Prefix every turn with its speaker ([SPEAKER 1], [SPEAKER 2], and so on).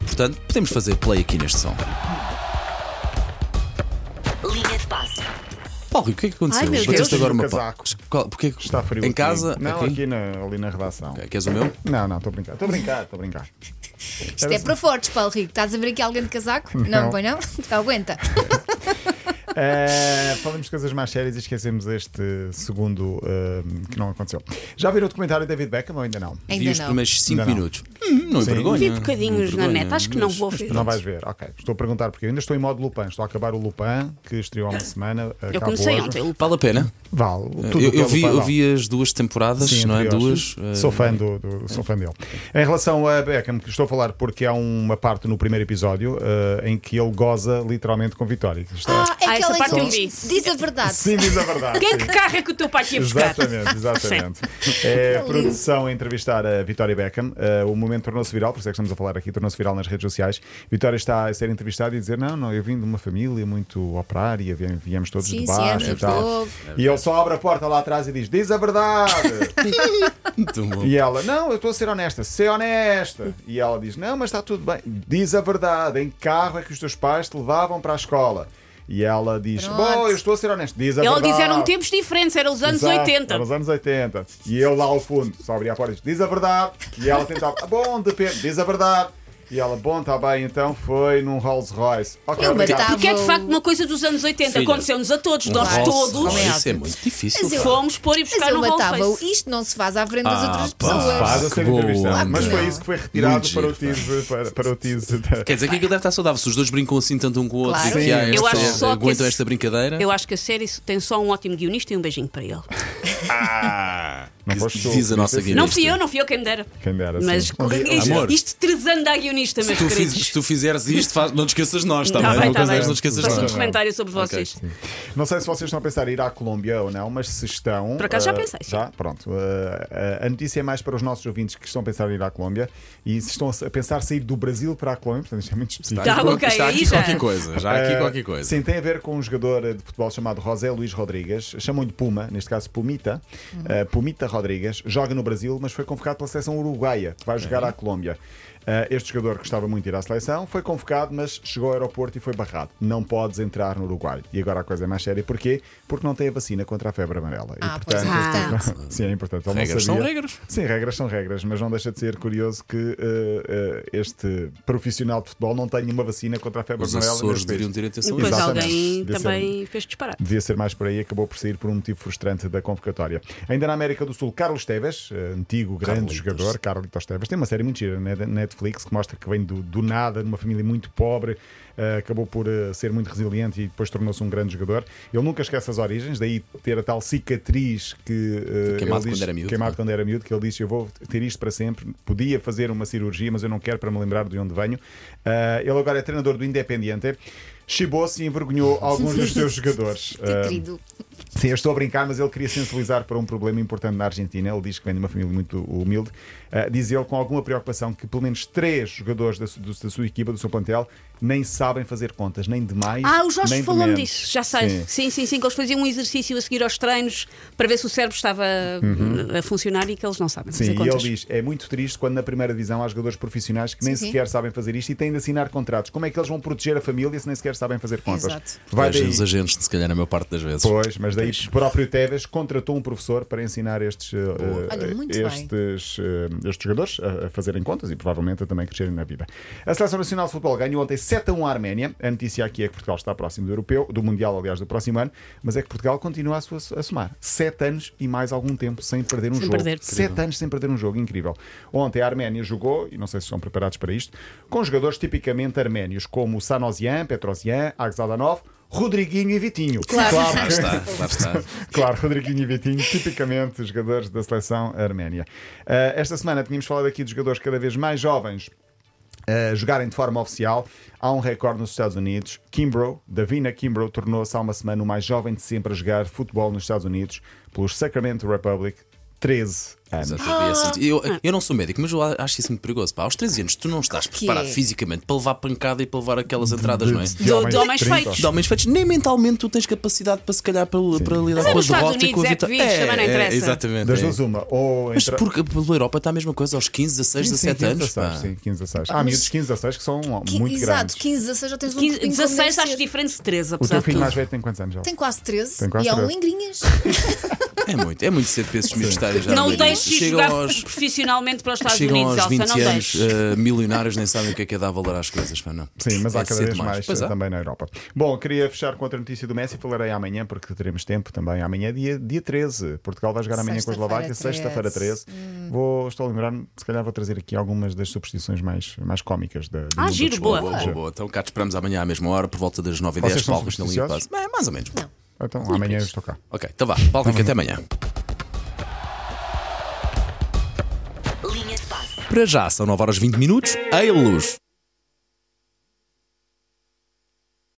[SPEAKER 1] Portanto, podemos fazer play aqui neste som.
[SPEAKER 2] Linha de passe.
[SPEAKER 1] Paulo, Rico, o que é que aconteceu?
[SPEAKER 3] Ai, meu
[SPEAKER 1] Bateste
[SPEAKER 3] Deus.
[SPEAKER 1] agora uma
[SPEAKER 4] No
[SPEAKER 1] pá.
[SPEAKER 4] Um casaco.
[SPEAKER 1] Qual- Porquê? que-
[SPEAKER 4] Está frio.
[SPEAKER 1] Em
[SPEAKER 4] aqui.
[SPEAKER 1] casa?
[SPEAKER 4] Não,
[SPEAKER 1] Aqui?
[SPEAKER 4] aqui, na- ali na redação.
[SPEAKER 1] Ok, Queres o meu?
[SPEAKER 4] Não, não, estou a brincar. Estou a brincar, estou a brincar.
[SPEAKER 3] Isto é para fortes, Paulo Rico. Estás a ver aqui alguém de casaco? Não,
[SPEAKER 4] Não.
[SPEAKER 3] pois não? Aguenta.
[SPEAKER 4] Eh, falamos de coisas mais sérias e esquecemos este segundo eh, que não aconteceu. Já viram o documentário de David Beckham ou ainda não?
[SPEAKER 3] Ainda
[SPEAKER 1] Vi os
[SPEAKER 3] não.
[SPEAKER 1] primeiros 5
[SPEAKER 4] Ainda não.
[SPEAKER 1] minutos. Hum, não é
[SPEAKER 4] Sim.
[SPEAKER 1] vergonha.
[SPEAKER 5] Vi um
[SPEAKER 1] não é
[SPEAKER 5] bocadinhos na
[SPEAKER 1] vergonha,
[SPEAKER 5] net, acho que não
[SPEAKER 1] mas-
[SPEAKER 5] vou
[SPEAKER 1] mas
[SPEAKER 5] ver.
[SPEAKER 4] Não vais ver, ok. Estou a perguntar porque eu ainda estou em modo Lupin. Estou a acabar o Lupin que estreou há uma semana.
[SPEAKER 5] Eu
[SPEAKER 4] acabou
[SPEAKER 5] comecei
[SPEAKER 4] hoje.
[SPEAKER 5] ontem, Lupa.
[SPEAKER 1] Vale a pena?
[SPEAKER 4] Vale. Tudo
[SPEAKER 1] eu,
[SPEAKER 4] o que é
[SPEAKER 1] eu vi,
[SPEAKER 4] Lupin
[SPEAKER 1] eu
[SPEAKER 4] vale.
[SPEAKER 1] vi as duas temporadas,
[SPEAKER 4] Sim,
[SPEAKER 1] não é?
[SPEAKER 4] anteriores.
[SPEAKER 1] Duas. eh,
[SPEAKER 4] Sou fã, do, do- sou fã dele. Em relação a Beckham, que estou a falar porque há uma parte no primeiro episódio eh, em que ele goza literalmente com vitória. Está-
[SPEAKER 3] Ah, é
[SPEAKER 5] Ah, essa
[SPEAKER 3] aquela
[SPEAKER 5] parte
[SPEAKER 3] que
[SPEAKER 5] eu vi.
[SPEAKER 3] diz, diz a verdade.
[SPEAKER 4] Sim, diz a verdade.
[SPEAKER 5] Quem é
[SPEAKER 4] sim.
[SPEAKER 5] que carro é que o teu pai tinha buscar?
[SPEAKER 4] Exatamente, exatamente. É a produção a entrevistar a Vitória Beckham. Uh, o momento tornou-se viral, por isso é que estamos a falar aqui, tornou-se viral nas redes sociais. Vitória está a ser entrevistada e a dizer: Não, não, eu vim de uma família muito operária, viem- viemos todos de
[SPEAKER 3] Sim, sim,
[SPEAKER 4] baixo
[SPEAKER 3] é
[SPEAKER 4] e tal.
[SPEAKER 3] verdade.
[SPEAKER 4] E ele só abre a porta lá atrás e diz: Diz a verdade.
[SPEAKER 1] Muito bom.
[SPEAKER 4] E ela, não, eu estou a ser honesta, ser honesta. E ela diz, não, mas está tudo bem. Diz a verdade, em que carro é que os teus pais te levavam para a escola. E ela diz,
[SPEAKER 3] Pronto.
[SPEAKER 4] bom, eu estou a ser honesta. Diz a
[SPEAKER 5] Ele
[SPEAKER 4] é verdade.
[SPEAKER 5] diz eram tempos diferentes, eram os anos
[SPEAKER 4] Exato,
[SPEAKER 5] 80.
[SPEAKER 4] Era os anos 80. E eu lá ao fundo, só abria a porta e diz, diz a verdade. E ela tentava, "Ah, bom, depende, diz a verdade. E ela, bom, está bem, então foi num Rolls Royce. Ok,
[SPEAKER 3] Eu
[SPEAKER 4] obrigado."
[SPEAKER 3] matava.
[SPEAKER 5] Porque é de facto uma coisa dos anos 80.
[SPEAKER 1] Filha,
[SPEAKER 5] Aconteceu-nos a
[SPEAKER 4] é-
[SPEAKER 5] todos, nós
[SPEAKER 1] Rolls
[SPEAKER 5] todos
[SPEAKER 1] Royce, Isso é muito difícil.
[SPEAKER 3] Mas eu-
[SPEAKER 1] pá.
[SPEAKER 5] fomos pôr e
[SPEAKER 3] Mas
[SPEAKER 5] buscar
[SPEAKER 3] eu
[SPEAKER 5] no Rolls
[SPEAKER 3] matava-o.
[SPEAKER 5] Royce.
[SPEAKER 3] Isto não se faz à frente das
[SPEAKER 1] Ah,
[SPEAKER 3] outras
[SPEAKER 1] pá,
[SPEAKER 4] Faz
[SPEAKER 3] pessoas.
[SPEAKER 4] a
[SPEAKER 1] Que
[SPEAKER 4] ser
[SPEAKER 1] boa,
[SPEAKER 4] entrevistada.
[SPEAKER 1] muito
[SPEAKER 4] Mas foi
[SPEAKER 3] bom.
[SPEAKER 4] isso que foi retirado
[SPEAKER 1] Muito
[SPEAKER 4] para o
[SPEAKER 1] giro, pá.
[SPEAKER 4] tease, para, para o tease da-
[SPEAKER 1] Quer dizer que aquilo deve estar saudável. Se os dois brincam assim tanto um com o outro
[SPEAKER 3] Claro.
[SPEAKER 1] e que há
[SPEAKER 3] Sim.
[SPEAKER 1] este,
[SPEAKER 5] Eu acho
[SPEAKER 1] eh,
[SPEAKER 5] só que
[SPEAKER 1] aguentam
[SPEAKER 5] esse-
[SPEAKER 1] esta brincadeira.
[SPEAKER 5] Eu acho que a série tem só um ótimo guionista e um beijinho para ele.
[SPEAKER 4] Não foste tu,
[SPEAKER 1] Diz a nossa
[SPEAKER 4] disse-
[SPEAKER 1] guia.
[SPEAKER 5] Não fui eu, não fui eu quem me dera.
[SPEAKER 4] Quem dera,
[SPEAKER 5] Mas
[SPEAKER 4] sim. Um dia- um
[SPEAKER 5] isto,
[SPEAKER 1] dia-
[SPEAKER 5] isto tresando a guionista, meus
[SPEAKER 1] se, tu fiz-
[SPEAKER 5] queridos.
[SPEAKER 1] se tu fizeres isto, faz- não te esqueças de nós, está
[SPEAKER 5] Tá
[SPEAKER 1] bem?
[SPEAKER 5] bem,
[SPEAKER 1] Não
[SPEAKER 5] tá
[SPEAKER 1] esqueças-
[SPEAKER 5] bem.
[SPEAKER 1] não te esqueças de
[SPEAKER 5] Faço um
[SPEAKER 1] nós.
[SPEAKER 5] comentário sobre vocês.
[SPEAKER 4] Não sei se vocês estão a pensar em ir à Colômbia ou não, mas se estão.
[SPEAKER 5] Por acaso já
[SPEAKER 4] eh,
[SPEAKER 5] pensei, sim.
[SPEAKER 4] Já, pronto. Eh, eh, a notícia é mais para os nossos ouvintes que estão a pensar em ir à Colômbia e se estão a pensar sair do Brasil para a Colômbia, portanto isto é muito específico.
[SPEAKER 5] Tá, ok,
[SPEAKER 1] está aqui
[SPEAKER 5] aí já.
[SPEAKER 1] qualquer coisa. Já há aqui
[SPEAKER 4] Eh,
[SPEAKER 1] qualquer coisa.
[SPEAKER 4] Sim, tem a ver com um jogador eh, de futebol chamado José Luís Rodrigues, chamam-lhe Puma, neste caso Pumita.
[SPEAKER 3] Uhum.
[SPEAKER 4] Eh, Pumita Rodrigues joga no Brasil, mas foi convocado pela seleção uruguaia, que vai jogar à Colômbia. Eh, este jogador gostava muito de ir à seleção, foi convocado, mas chegou ao aeroporto e foi barrado. Não podes entrar no Uruguai. E agora a coisa é mais séria. Porquê? Porque não tem a vacina contra a febre amarela.
[SPEAKER 3] Ah,
[SPEAKER 4] e,
[SPEAKER 3] pois
[SPEAKER 4] portanto,
[SPEAKER 3] é.
[SPEAKER 4] eles ficam- Sim, é importante. Ele não
[SPEAKER 1] Regras são
[SPEAKER 4] sabia.
[SPEAKER 1] regras.
[SPEAKER 4] Sim, regras são regras, mas não deixa de ser curioso que eh, eh, este profissional de futebol não tenha uma vacina contra a febre
[SPEAKER 1] Os
[SPEAKER 4] amarela.
[SPEAKER 1] Açores
[SPEAKER 4] neste
[SPEAKER 1] deveriam
[SPEAKER 4] país.
[SPEAKER 1] ter atenção a
[SPEAKER 5] Depois
[SPEAKER 1] isso.
[SPEAKER 4] Exatamente.
[SPEAKER 5] alguém
[SPEAKER 4] Devia ser-
[SPEAKER 5] também fez disparar.
[SPEAKER 4] Devia ser mais por aí, acabou por sair por um motivo frustrante da convocatória. Ainda na América do Sul, Carlos Tevez, eh, antigo grande
[SPEAKER 1] Carlitos.
[SPEAKER 4] jogador, Carlitos Tevez, tem uma série muito gira na na Netflix que mostra que vem do, do nada, de uma família muito pobre, eh, acabou por eh, ser muito resiliente e depois tornou-se um grande jogador. Ele nunca esquece as origens, daí ter a tal cicatriz que. eh,
[SPEAKER 1] Queimado
[SPEAKER 4] ele diz-
[SPEAKER 1] quando era miúdo,
[SPEAKER 4] Queimado
[SPEAKER 1] não é?
[SPEAKER 4] quando era miúdo, que ele disse: Eu vou ter isto para sempre. Podia fazer uma cirurgia, mas eu não quero para me lembrar de onde venho. Ah, ele agora é treinador do Independiente. Chibou-se e envergonhou alguns dos seus jogadores. Ah,
[SPEAKER 3] Querido.
[SPEAKER 4] Sim, eu estou a brincar, mas ele queria sensibilizar para um problema importante na Argentina. Ele diz que vem de uma família muito humilde. Ah, diz ele com alguma preocupação que pelo menos três jogadores da, su- do- da sua equipa, do seu plantel, nem sabem fazer contas, nem de mais.
[SPEAKER 5] Ah, o Jorge
[SPEAKER 4] nem de
[SPEAKER 5] falou-me
[SPEAKER 4] menos.
[SPEAKER 5] disso, já sei. Sim.
[SPEAKER 4] Sim.
[SPEAKER 5] sim, sim, que eles faziam um exercício a seguir aos treinos para ver se o cérebro estava uh, a funcionar e que eles não sabem
[SPEAKER 4] Uhum. Sim,
[SPEAKER 5] fazer
[SPEAKER 4] e ele
[SPEAKER 5] contas.
[SPEAKER 4] diz: é muito triste quando na primeira divisão há jogadores profissionais que nem
[SPEAKER 3] Sim, sim.
[SPEAKER 4] sequer sabem fazer isto e têm de assinar contratos. Como é que eles vão proteger a família se nem sequer sabem fazer contas?
[SPEAKER 3] Exato.
[SPEAKER 4] Vai
[SPEAKER 1] Vejo
[SPEAKER 4] daí.
[SPEAKER 1] Os agentes, se calhar, na maior parte das vezes.
[SPEAKER 4] Pois, mas daí o próprio Tevez contratou um professor para ensinar estes, eh,
[SPEAKER 3] Olha, muito bem.
[SPEAKER 4] estes, eh, estes jogadores a, a fazerem contas e provavelmente a também crescerem na vida. A Seleção Nacional de Futebol ganhou ontem 7 a 1 à Arménia. A notícia aqui é que Portugal está próximo do europeu, do Mundial, aliás, do próximo ano, mas é que Portugal continua a, sua, a somar 7 anos e mais algum tempo sem perder um
[SPEAKER 5] Sem
[SPEAKER 4] jogo.
[SPEAKER 5] perder.
[SPEAKER 4] 7 anos sem perder um jogo, incrível. Ontem a Arménia jogou, e não sei se estão preparados para isto, com jogadores tipicamente arménios, como Sanosian, Petrosian, Agzadanov, Rodriguinho e Vitinho. Claro,
[SPEAKER 1] Lá está, lá está.
[SPEAKER 4] Claro, Rodriguinho e Vitinho, tipicamente jogadores da seleção arménia. Ah, esta semana tínhamos falado aqui de jogadores cada vez mais jovens a jogarem de forma oficial. Há um recorde nos Estados Unidos. Kimbrough, Davina Kimbrough, tornou-se há uma semana o mais jovem de sempre a jogar futebol nos Estados Unidos pelos Sacramento Republic. 13 anos.
[SPEAKER 5] Ah.
[SPEAKER 1] Exatamente. Eu, eu não sou médico, mas eu a- acho isso muito perigoso. Pá. Aos 13 anos, tu não estás
[SPEAKER 3] que
[SPEAKER 1] preparado
[SPEAKER 3] é?
[SPEAKER 1] fisicamente para levar pancada e para levar aquelas entradas, não é?
[SPEAKER 5] de homens feitos.
[SPEAKER 1] De homens feitos, nem mentalmente tu tens capacidade para se calhar para, para lidar
[SPEAKER 5] é
[SPEAKER 1] com a
[SPEAKER 5] nos Estados
[SPEAKER 1] derrota e com a
[SPEAKER 5] Unidos, é
[SPEAKER 1] vitória.
[SPEAKER 5] que viste, também não interessa.
[SPEAKER 1] exatamente.
[SPEAKER 4] Das
[SPEAKER 1] é.
[SPEAKER 4] duas, uma. Ou
[SPEAKER 1] Mas
[SPEAKER 4] entra...
[SPEAKER 1] porque pela Europa está a mesma coisa, aos 15, 16, 17 anos.
[SPEAKER 4] 16,
[SPEAKER 1] pá.
[SPEAKER 4] sim, 15, 16. Há miúdos de 15, 16 que são
[SPEAKER 3] Que-
[SPEAKER 4] muito
[SPEAKER 3] exato,
[SPEAKER 4] grandes.
[SPEAKER 3] 15, 16 já tens um
[SPEAKER 5] 15,
[SPEAKER 3] corpinho como
[SPEAKER 5] 16
[SPEAKER 3] deve
[SPEAKER 5] acho
[SPEAKER 3] ser.
[SPEAKER 5] diferente de 13,
[SPEAKER 4] O
[SPEAKER 5] apesar
[SPEAKER 4] teu
[SPEAKER 5] de
[SPEAKER 4] filho
[SPEAKER 5] tudo.
[SPEAKER 4] mais velho tem quantos anos já?
[SPEAKER 3] Tem quase 13
[SPEAKER 4] Tem quase
[SPEAKER 3] e é um
[SPEAKER 4] 13.
[SPEAKER 3] lingrinhas.
[SPEAKER 1] É muito, é muito cedo para esses miúdos estarem já.
[SPEAKER 5] Não
[SPEAKER 1] bem.
[SPEAKER 5] deixes
[SPEAKER 1] chegam
[SPEAKER 5] jogar
[SPEAKER 1] aos,
[SPEAKER 5] profissionalmente para os Estados
[SPEAKER 1] chegam
[SPEAKER 5] Unidos,
[SPEAKER 1] aos
[SPEAKER 5] Elsa,
[SPEAKER 1] 20
[SPEAKER 5] não
[SPEAKER 1] anos
[SPEAKER 5] deixes.
[SPEAKER 1] eh, milionários, nem sabem o que é que é dar valor às coisas. Pá, não.
[SPEAKER 4] Sim, mas
[SPEAKER 1] é
[SPEAKER 4] há cada
[SPEAKER 1] cedo
[SPEAKER 4] vez
[SPEAKER 1] demais.
[SPEAKER 4] mais
[SPEAKER 1] Pois
[SPEAKER 4] eh,
[SPEAKER 1] há.
[SPEAKER 4] também na Europa. Bom, queria fechar com outra notícia do Messi, falarei amanhã, porque teremos tempo também. Amanhã é dia, dia 13. Portugal vai jogar amanhã com a Eslováquia, sexta-feira
[SPEAKER 3] Sexta-feira,
[SPEAKER 4] 13.
[SPEAKER 3] 13.
[SPEAKER 5] Hum.
[SPEAKER 4] Vou, estou a lembrar-me, se calhar vou trazer aqui algumas das superstições mais, mais cómicas da, do
[SPEAKER 5] Ah,
[SPEAKER 4] mundo
[SPEAKER 5] giro,
[SPEAKER 4] dos
[SPEAKER 5] boa.
[SPEAKER 4] futebol.
[SPEAKER 1] Boa, boa, boa. Então cá te esperamos amanhã à mesma hora, por volta das 9h10,
[SPEAKER 4] Vocês são
[SPEAKER 1] Paulo Cristina Linha de
[SPEAKER 4] supersticiosos?
[SPEAKER 1] Passe. É, Mais ou menos.
[SPEAKER 4] Então, amanhã eu estou cá.
[SPEAKER 1] Ok, então vá. Paulo,
[SPEAKER 4] Tá
[SPEAKER 1] Rico, até amanhã.
[SPEAKER 2] Linha de passe.
[SPEAKER 1] Para já, são 9 horas 20 minutos. Ei, luz!